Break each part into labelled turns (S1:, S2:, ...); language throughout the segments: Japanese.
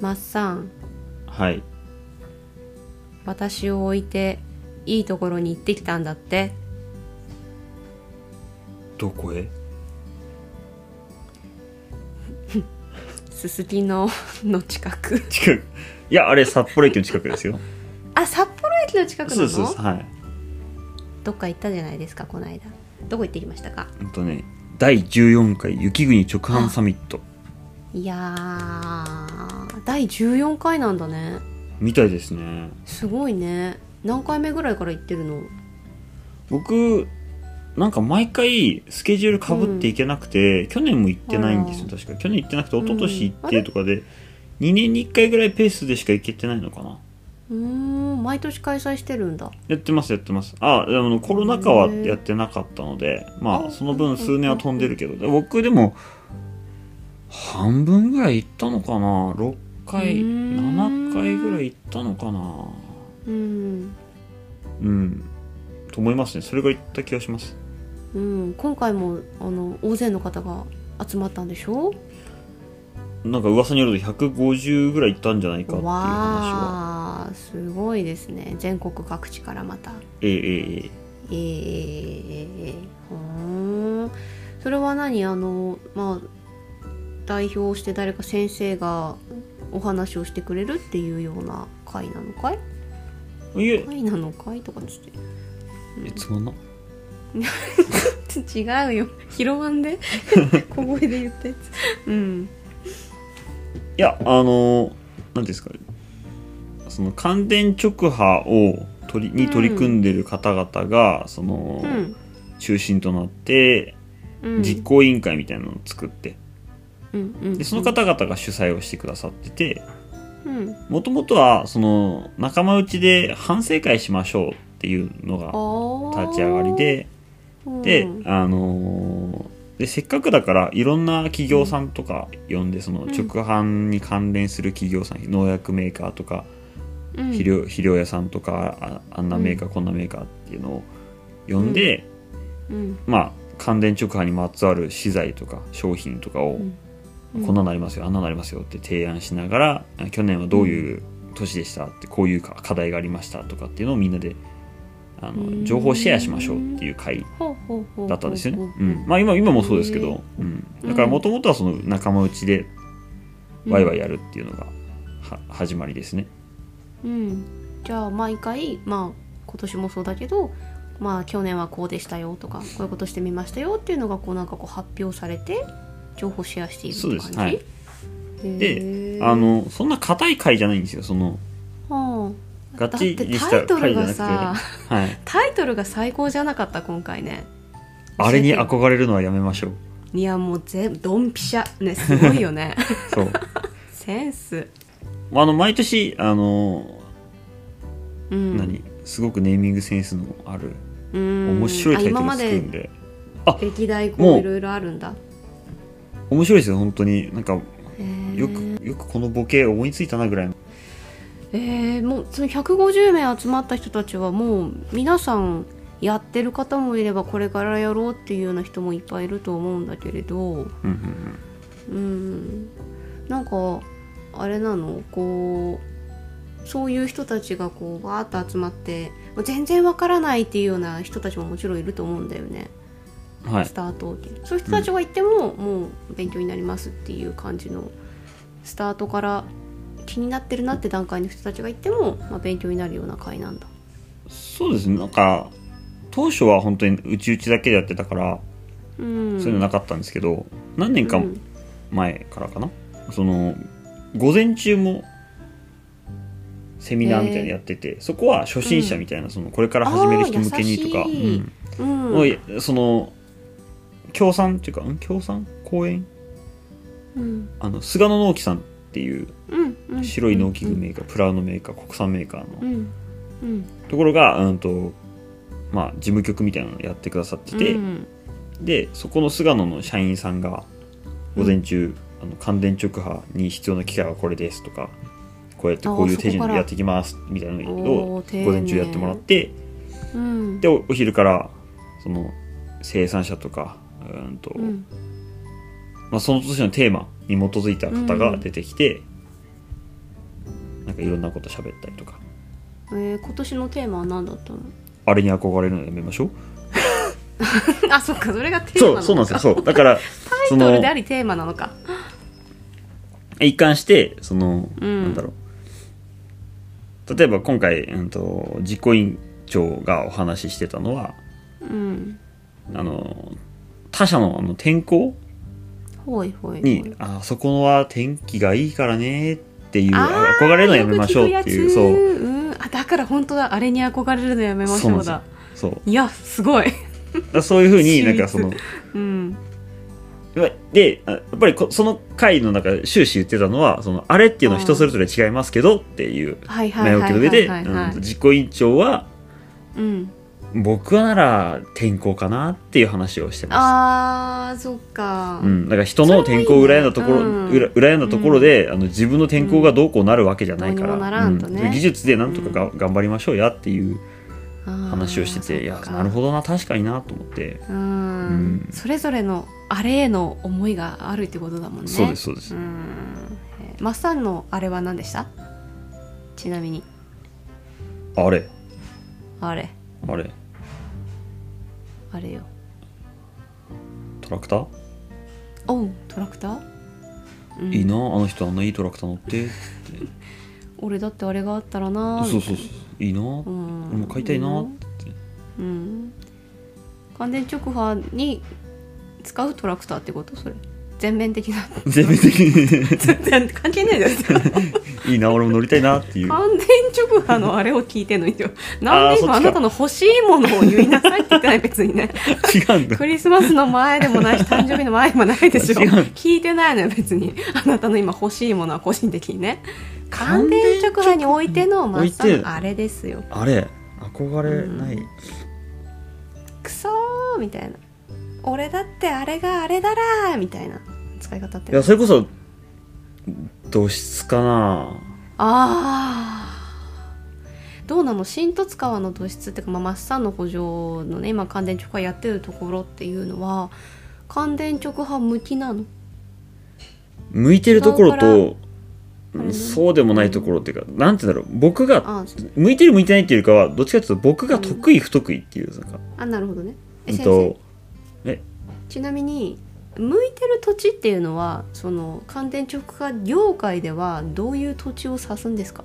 S1: マスさん
S2: はい
S1: 私を置いていいところに行ってきたんだって
S2: どこへ
S1: すすきのの近く
S2: 近くいやあれ札幌駅の近くで すよ
S1: あ札幌駅の近くな
S2: そう
S1: の
S2: ですそうですはい
S1: どっか行ったじゃないですかこの間どこ行ってきましたか
S2: うんとね第14回雪国直販サミット
S1: いやー第14回なんだね
S2: みたいですね
S1: すごいね何回目ぐらいから行ってるの
S2: 僕なんか毎回スケジュールかぶっていけなくて、去年も行ってないんですよ
S1: あ
S2: 確か去年行ってなくて一昨年行っ
S1: うんあれ
S2: てとかで、2年に1回ぐらいペースでしか行けてないのかな
S1: うーん毎年開催してるんだ
S2: やってますやってますあでもあのコロナ禍はやってなかったのでま
S1: あ
S2: あその分数年は飛んでるけどで僕でも半分ぐらい行ったのかな6回
S1: うーん
S2: 7回ぐらい行ったのかな
S1: うん、
S2: うんと思いますねそれが行った気がします
S1: うん、今回もあの大勢の方が集まったんでしょ
S2: なんか噂によると150ぐらい行ったんじゃないかっていう話は
S1: わあすごいですね全国各地からまた
S2: えええええ
S1: ええええええふーんそれは何あのまあ代表して誰か先生がお話をしてくれるっていうような会なのかい
S2: えいえ
S1: 会なのかいとかつって
S2: えつまんな
S1: 違うよ拾わんで小声で言ったやつうん
S2: いやあの何ですかねその乾電直波を取りに取り組んでる方々が、その、
S1: うん
S2: 中心となって
S1: うん
S2: 実行委員会みたいなのを作って
S1: うんうん
S2: でその方々が主催をしてくださってて
S1: うん
S2: もともとはその仲間内で反省会しましょうっていうのが
S1: あ
S2: 立ち上がりで
S1: ー
S2: で
S1: うん
S2: あのーでせっかくだからいろんな企業さんとか呼んでその
S1: うん
S2: 直販に関連する企業さん農薬メーカーとか
S1: うん
S2: 肥料肥料屋さんとかああんなメーカーこんなメーカーっていうのを呼んで
S1: うん
S2: まあ乾電直販にまつわる資材とか商品とかを
S1: うん
S2: こんなのありますよあんなのありますよって提案しながらあ去年はどういう年でしたってこういうか課題がありましたとかっていうのをみんなであ
S1: うん
S2: の情報シェアしましょうっていう会
S1: ほうほうほう
S2: だったんですよ
S1: ほう
S2: ね
S1: ほ、う
S2: う
S1: ほうん
S2: まあ、今今もそうですけ
S1: へ
S2: ど、うん、
S1: うん
S2: だからもともとはその仲間内で
S1: うん
S2: ワイワイやるっていうのがは始まりですね
S1: うん、じゃあ毎回まあ今年もそうだけどまあ去年はこうでしたよとかこういうことしてみましたよっていうのがこうなんかこう発表されて情報シェアしているって感じ
S2: そうですはいで
S1: へー
S2: あのそんな硬い会じゃないんですよその
S1: はあ
S2: ガチ
S1: だって
S2: にし
S1: タ
S2: た
S1: イト
S2: 会
S1: ル
S2: じゃな
S1: が
S2: くて、
S1: さ
S2: はい、
S1: タイトルが最高じゃなかった今回ね
S2: あれに憧れるのはやめましょう
S1: いやもう全部ドンピシャねすごいよね
S2: そう
S1: センス、
S2: まああの毎年あの
S1: うん、
S2: 何すごくネーミングセンスのある
S1: うん
S2: 面白いタイト
S1: あ今
S2: ル
S1: ま
S2: つく
S1: で
S2: んで
S1: 歴代こ
S2: も
S1: う
S2: う
S1: いろいろあるんだ
S2: 面白いですよ本当になんか
S1: へー
S2: よくよくこのボケ思いついたなぐらいの
S1: えー、もうその150名集まった人たちはもう皆さんやってる方もいればこれからやろうっていうような人もいっぱいいると思うんだけれど
S2: うんうんう
S1: う
S2: ん
S1: んなんかあれなのこうそういう人たちがこうわーっと集まってまあ全然わからないっていうような人たちももちろんいると思うんだよね、
S2: はい
S1: スタートを切るそういう人たちがいても、もう勉強になりますっていう感じのスタートから気になってるなって段階の人たちがいても、まあ、勉強になるような会なんだ。
S2: そうですねなんか当初は本当にうちうちだけでやってたから
S1: うん、
S2: そういうのなかったんですけど、何年か
S1: うん
S2: 前からかな、その午前中もセミナーみたいなのやってて、そこは初心者みたいな、そのこれから始める人向けにとか
S1: あー優しいうん
S2: うんをその協賛っていうかん協賛講演
S1: うん
S2: あの菅野農機さんっていう
S1: うんうん
S2: 白い農機具メーカー、プラウのメーカー国産メーカーの
S1: うんうん
S2: ところが、うんとまあ、事務局みたいなのをやってくださってて、
S1: うん
S2: でそこの菅野の社員さんが午前中、あの乾電直波に必要な機械はこれですとかこうやってこういう手
S1: あーそこ
S2: 順
S1: から
S2: でやっていきますみたいなのを
S1: おー丁寧
S2: 午前中やってもらって
S1: うん
S2: でおお昼からその生産者とかうんと、
S1: うん
S2: まあ、その年のテーマに基づいた方が出てきて、かいろんなこと喋ったりとか
S1: えー今年のテーマは何だったの
S2: あれに憧れるのやめましょう
S1: あそっかそれがテーマ
S2: そ
S1: なのか
S2: うそうなんですよそうだから
S1: タイトルでありテーマなのか
S2: 一貫してその、
S1: うん
S2: なんだろう例えば今回、うん、と実行委員長がお話ししてたのは
S1: うん
S2: あの他社のあの天候
S1: ほいほいほい
S2: に「あそこは天気がいいからね」っていう
S1: あー
S2: 憧れるのやめましょうっていう
S1: よく
S2: そう
S1: 聞くやつんあだから本当だあれに憧れるのやめましょう
S2: そうなん
S1: だ
S2: そうだか
S1: いやすごい
S2: らそういうふうに
S1: 秀
S2: なん
S1: 逸
S2: かその
S1: うん
S2: であやっぱりこその回の中で終始言ってたのはそのあれっていうのは人それぞれ違いますけどっていう
S1: はいはい
S2: 前
S1: は
S2: 置
S1: い
S2: きの
S1: は
S2: 上で
S1: いはい
S2: うん
S1: は
S2: と
S1: い
S2: 実行委員長は
S1: うん
S2: 僕はなら天候かなっていう話をしてま
S1: あーそっか
S2: す。うん、だから人の天候を羨んだところ、
S1: それもいいねうん
S2: うら羨んだところで、あの自分の天候がどうこうなるわけじゃない
S1: ど
S2: から、
S1: うにもならんとね
S2: うん技術でなんとかが、頑張りましょうやっていう
S1: あー
S2: 話をしてていや
S1: そっか
S2: なるほどな確かになと思って、
S1: う
S2: うん
S1: んそれぞれのあれへの思いがあるってことだもんね
S2: そうですそうです、
S1: うんえーマッサンのあれは何でしたちなみに
S2: あれ
S1: あれ
S2: あれ
S1: あれよ
S2: トラクター、
S1: おうトラクター、うん
S2: いいなあの人あんないいトラクター乗ってって
S1: 俺だってあれがあったらな
S2: そうそうそういいな、
S1: う、ん、
S2: 俺も買いたいなっ
S1: うん
S2: て
S1: うん乾電直波に使うトラクターってことそれ全面的な
S2: 全面的に
S1: 全然関係ないです よ
S2: いいな俺も乗りたいなっていう
S1: 乾電直波のあれを聞いてんのによなんで
S2: そっち
S1: 今
S2: か
S1: あなたの欲しいものを言いなさいって言ってない別にね
S2: 違うんだ
S1: クリスマスの前でもないし誕生日の前でもないでしょ
S2: 違う
S1: 聞いてないのよ別にあなたの今欲しいものは個人的にね乾電直波に置いてのマッサ
S2: 置い
S1: ン
S2: て
S1: あれですよ
S2: あれ憧れない、
S1: くそーみたいな俺だってあれがあれだらーみたいな使い方っ
S2: い
S1: て
S2: やそれこそ土質かな
S1: あーどうなの新十津川の土質っていうか、まあ、マッサンの補助のね今乾電直波やってるところっていうのは乾電直波向きなの
S2: 向いてるところと
S1: ら
S2: うんそうでもないところっていうかなんて言うんだろう僕が
S1: あ
S2: 向いてる向いてないっていうよりかはどっちかっていうと僕が得意不得意っていうなんか、
S1: あなるほどねえ
S2: うん
S1: 先生
S2: と
S1: ちなみに向いてる土地っていうのはその乾電直下業界ではどういう土地を指すんですか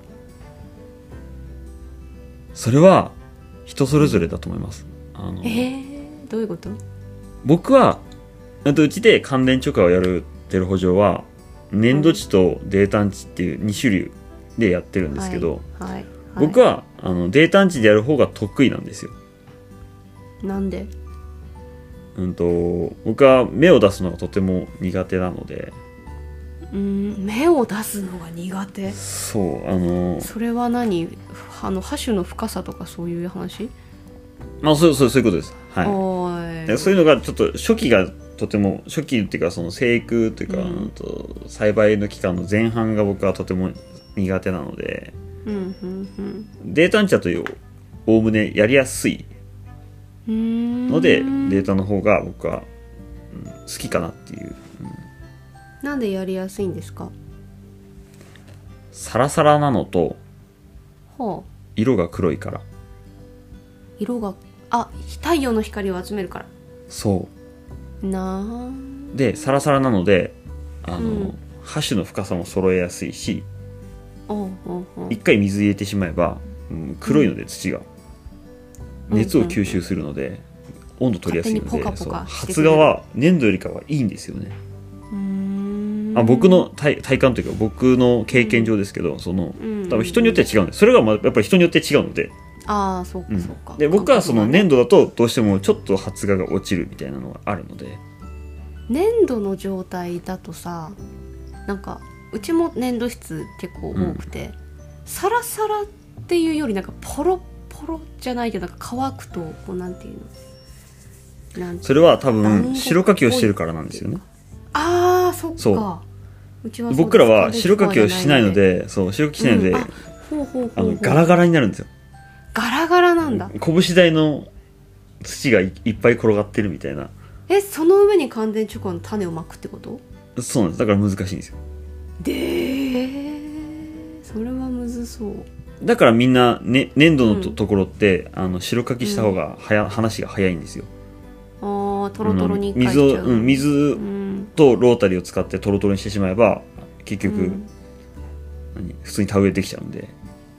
S2: それは人それぞれだと思いますあの
S1: えー、どういうこと
S2: 僕はうんとうちで関連直下をやるってる補助は粘土地と泥炭地っていう2種類でやってるんですけど、
S1: はい、はい、
S2: 僕はあの泥炭地でやる方が得意なんですよ
S1: なんで
S2: うんと僕は芽を出すのがとても苦手なので
S1: うーん芽を出すのが苦手
S2: そうあの
S1: それは何あの箸の深さとかそういう話、
S2: まあそうそうそういうことですは
S1: お
S2: い
S1: ー
S2: で
S1: い
S2: そういうのがちょっと初期がとても初期っていうかその生育というか、
S1: うん
S2: うんと栽培の期間の前半が僕はとても苦手なので
S1: うんうん
S2: 泥炭地だというおおむねやりやすい
S1: うんうーん
S2: のでデータの方が僕は、うん好きかなっていう
S1: なんでやりやすいんですか
S2: サラサラなのと
S1: ほ
S2: 色が黒いから
S1: う色があ太陽の光を集めるから
S2: そ
S1: なあ
S2: うでサラサラなのであの、
S1: うん
S2: 箸の深さも揃えやすいし
S1: おうおうおう
S2: 一回水入れてしまえば、うん黒いので土が、
S1: うん
S2: 熱を吸収するので、温度取りやすいので
S1: 勝手にポカポカ
S2: そう
S1: してく
S2: 発
S1: れる
S2: 芽は粘土よりかはいいんですよね、
S1: うーん
S2: あ僕の体体感というか僕の経験上ですけど、その
S1: うん
S2: 多分人によっては違うんですそれがまあやっぱり人によって違うので
S1: ああそうかそうか、
S2: で僕はその
S1: 感覚がね
S2: 粘土だとどうしてもちょっと発芽が落ちるみたいなのがあるので
S1: 粘土の状態だとさなんかうちも粘土質結構多くて、サラサラっていうよりなんかポロポロじゃないけどなんか乾くとこうなんていうのなんて
S2: それは多
S1: 団子っぽ
S2: 分
S1: い
S2: 白かきをしてるからなんですよね
S1: あーそっか
S2: そう
S1: ちはそうです
S2: 僕らは白かきをしないのでそう白かきしないので、
S1: うんあほうほうほう
S2: あ
S1: ほ
S2: の
S1: う
S2: ガラガラになるんですよ
S1: ガラガラなんだ
S2: 拳大の土がいいっぱい転がってるみたいな
S1: えその上に乾電直後の種をまくってこと
S2: そうなんですだから難しいんですよ
S1: でーそれはむずそう
S2: だからみんな、ね、粘土のと,、
S1: うん
S2: ころってあの白書きした方がはや、話が早いんですよ
S1: あートロトロに
S2: う
S1: 書
S2: ん
S1: い
S2: 水
S1: ち
S2: を、
S1: ゃう
S2: うん、水
S1: うん
S2: とロータリーを使ってトロトロにしてしまえば結局、
S1: うん
S2: 何普通に田植えできちゃうんで、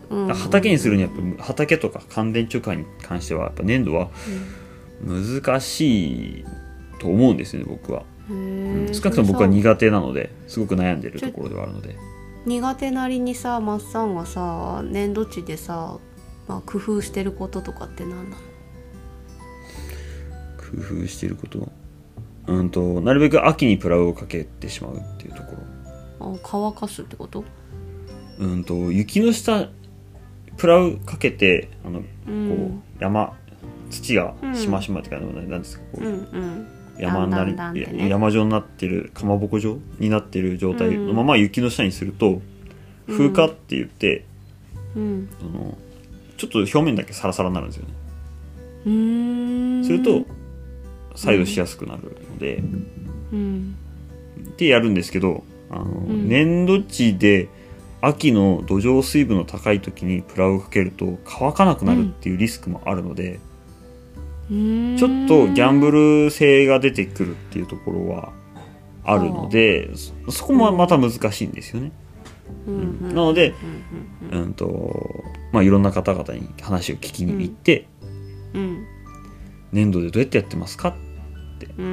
S1: うん
S2: 畑にするにはやっぱ畑とか乾電池とかに関してはやっぱ粘土は難しいと思うんですよね僕は、
S1: うんへ
S2: う
S1: ー
S2: ん少なくとも僕は
S1: それさ
S2: 苦手なのですごく悩んでるところではあるので
S1: 苦手なりにさマッサンがさ粘土地でさ、まあ、工夫してることとかって何なの
S2: 工夫してることうんとなるべく秋にプラウをかけてしまうっていうところ
S1: あ乾かすってこと、
S2: うんと雪の下プラウかけてあのこ
S1: う
S2: う、
S1: ん、
S2: 山土がしましまってか、なんですかこう、
S1: うんうん
S2: 山なり
S1: だんだんだんってね
S2: いや山状になってるかまぼこ状になってる状態
S1: うん
S2: のまま雪の下にすると、
S1: うん
S2: 風化って言って
S1: うん
S2: そのちょっと表面だけサラサラになるんですよね、
S1: うーん
S2: すると再度しやすくなるので、
S1: うん
S2: ってやるんですけどあの、
S1: ん
S2: 粘土地で秋の土壌水分の高い時にプラウをかけると乾かなくなるっていうリスクもあるので、
S1: うーん
S2: ちょっとギャンブル性が出てくるっていうところはあるので、そそこもまた難しいんですよね。
S1: うんうん
S2: なので、
S1: うん
S2: うんとまあ、いろんな方々に話を聞きに行って、
S1: うん
S2: 粘土でどうやってやってますか、
S1: うんう
S2: う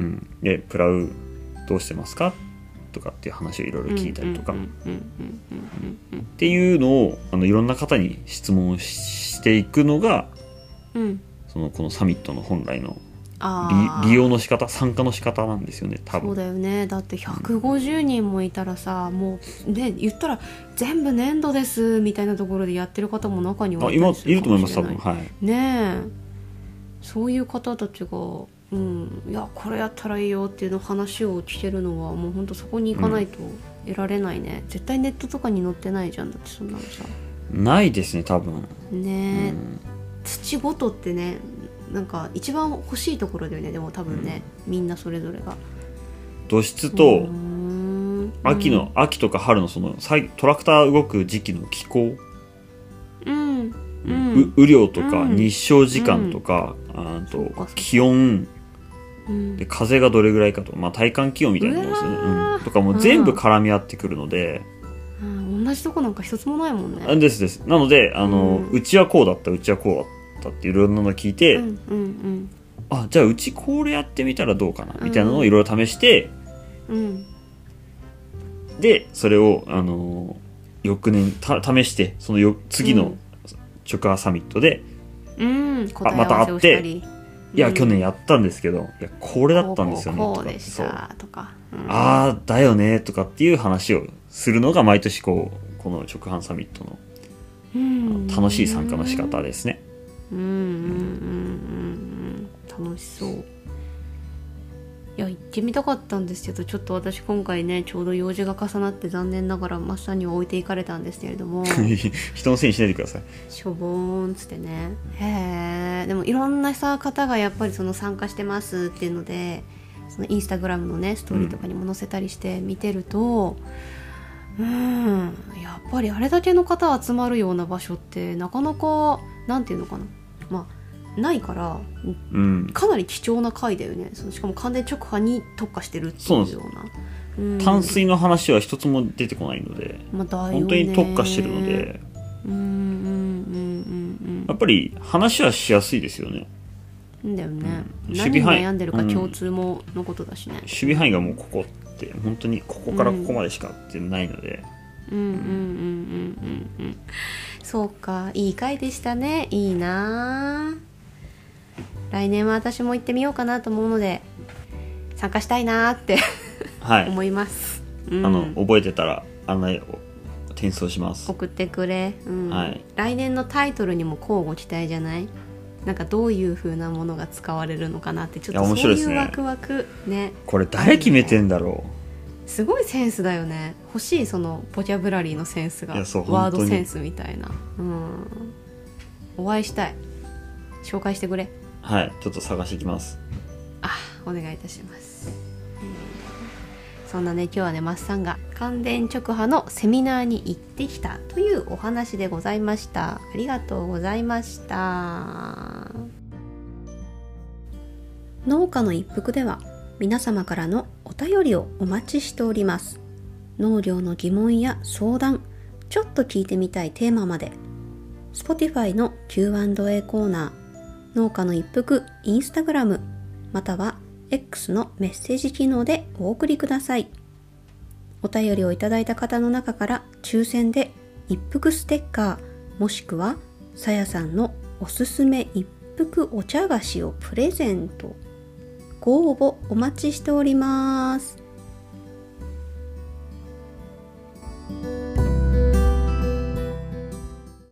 S2: んん、でプラウどうしてますかとかっていう話をいろいろ聞いたりとか、
S1: うんうん
S2: っ、ていうのをあのいろんな方に質問をししていくのが
S1: うんうん、
S2: そのこのサミットの本来の
S1: あー
S2: 利利用の仕方参加の仕方なんですよね多
S1: そう
S2: 分。
S1: だよねだって150人もいたらさもうね言ったら全部粘土ですみたいなところでやってる方も中には
S2: あ今
S1: たりす
S2: いると思い
S1: かも
S2: ます
S1: し
S2: 多
S1: れな
S2: 分はい。
S1: ねえそういう方たちが、うん、いやこれやったらいいよっていうの話を聞けるのはもうほんとそこに行かないと得られないね、絶対ネットとかに載ってないじゃんだってそんなのさ
S2: ないですね多分、
S1: ねえ、
S2: うん
S1: 土ごとってねなんか一番欲しいところだよねでも多分ね、みんなそれぞれが。
S2: 土質
S1: うー
S2: と
S1: ん
S2: 秋の、秋とか春のそのさいトラクター動く時期の気候、
S1: うん
S2: う
S1: うん
S2: ん、う雨量とか
S1: うん
S2: 日照時間とか、あー
S1: そうかそう
S2: と
S1: か
S2: 気温
S1: うん
S2: で風がどれぐらいかと、まあ、体感気温みたいなもんですよね、
S1: うわー
S2: うんとかもう全部絡み合ってくるので、
S1: うん同じとこなんか一つもないもん
S2: あ
S1: ね。
S2: ですですなのであの、
S1: うん
S2: うちはこうだったうちはこうだったっていろんなの聞いて、
S1: うんうん
S2: あじゃあうちこれやってみたらどうかなみたいなのをいろいろ試して、
S1: うんうん
S2: でそれをあの翌年た試してそのよ次
S1: う
S2: の
S1: ん
S2: 直下サミットで、
S1: うん答え
S2: ま
S1: 合
S2: た
S1: わせをしたり。
S2: いや
S1: うん
S2: 去年やったんですけどいやこれだったんですよね
S1: こうこうこう
S2: とかって
S1: でし
S2: そうあ
S1: たとか。うん
S2: あーだよねとかっていう話をするのが毎年こうこの直販サミットの
S1: うん
S2: 楽しい参加の仕方ですね。
S1: うんうんうんうん楽しそういや行ってみたかったんですけどちょっと私今回ねちょうど用事が重なって残念ながらマッサンには置いていかれたんですけれども
S2: 人のせいにしないでください。
S1: しょぼーんっつってねへえでもいろんなさ方がやっぱりその参加してますっていうのでそのインスタグラムのねストーリーとかにも載せたりして見てるとうんやっぱりあれだけの方集まるような場所ってなかなかなんていうのかなまあないから
S2: うん、
S1: かなり貴重な回だよねそのしかも完全直破に特化してるっていうようなうん
S2: 淡水の話は一つも出てこないので、
S1: まあだよね
S2: 本当に特化してるので
S1: うんうんうんうんうん
S2: やっぱり話はしやすいですよね
S1: いいんだよね、
S2: うん
S1: 何
S2: 守
S1: に
S2: 備範囲
S1: 悩んでるか
S2: うん
S1: 共通ものことだしね、
S2: 守備範囲がもうここって本当にここからここまでしかってないので、
S1: うん、うんうんうんうんうんそうかいい回でしたねいいなあ来年は私も行ってみようかなと思うので参加したいなあって
S2: はい、
S1: 思います、うん、
S2: あの覚えてたら案内を転送します
S1: 送ってくれ、うん
S2: はい
S1: 来年のタイトルにも交互期待じゃないなんかどういう風なものが使われるのかなってちょっ
S2: いや
S1: とそ
S2: 面白
S1: う
S2: いで
S1: い
S2: すね
S1: うワクワクね
S2: これ誰決めてんだろ
S1: すごいセンスだよね欲しいそのボキャブラリーのセンスが
S2: いやそう
S1: ワー
S2: 本当
S1: ド
S2: に
S1: センスみたいなうんお会いしたい紹介してくれ
S2: うはいちょっと探してきます
S1: あお願いいたします、えーそんなね今日はねマスさんが乾電直派のセミナーに行ってきたというお話でございましたありがとうございました農家の一服では皆様からのお便りをお待ちしております農業の疑問や相談ちょっと聞いてみたいテーマまで Spotify の Q&A コーナー農家の一服 Instagram または X のメッセージ機能でお送りくださいお便りをいただいた方の中から抽選で一服ステッカーもしくはさやさんのおすすめ一服お茶菓子をプレゼントご応募お待ちしております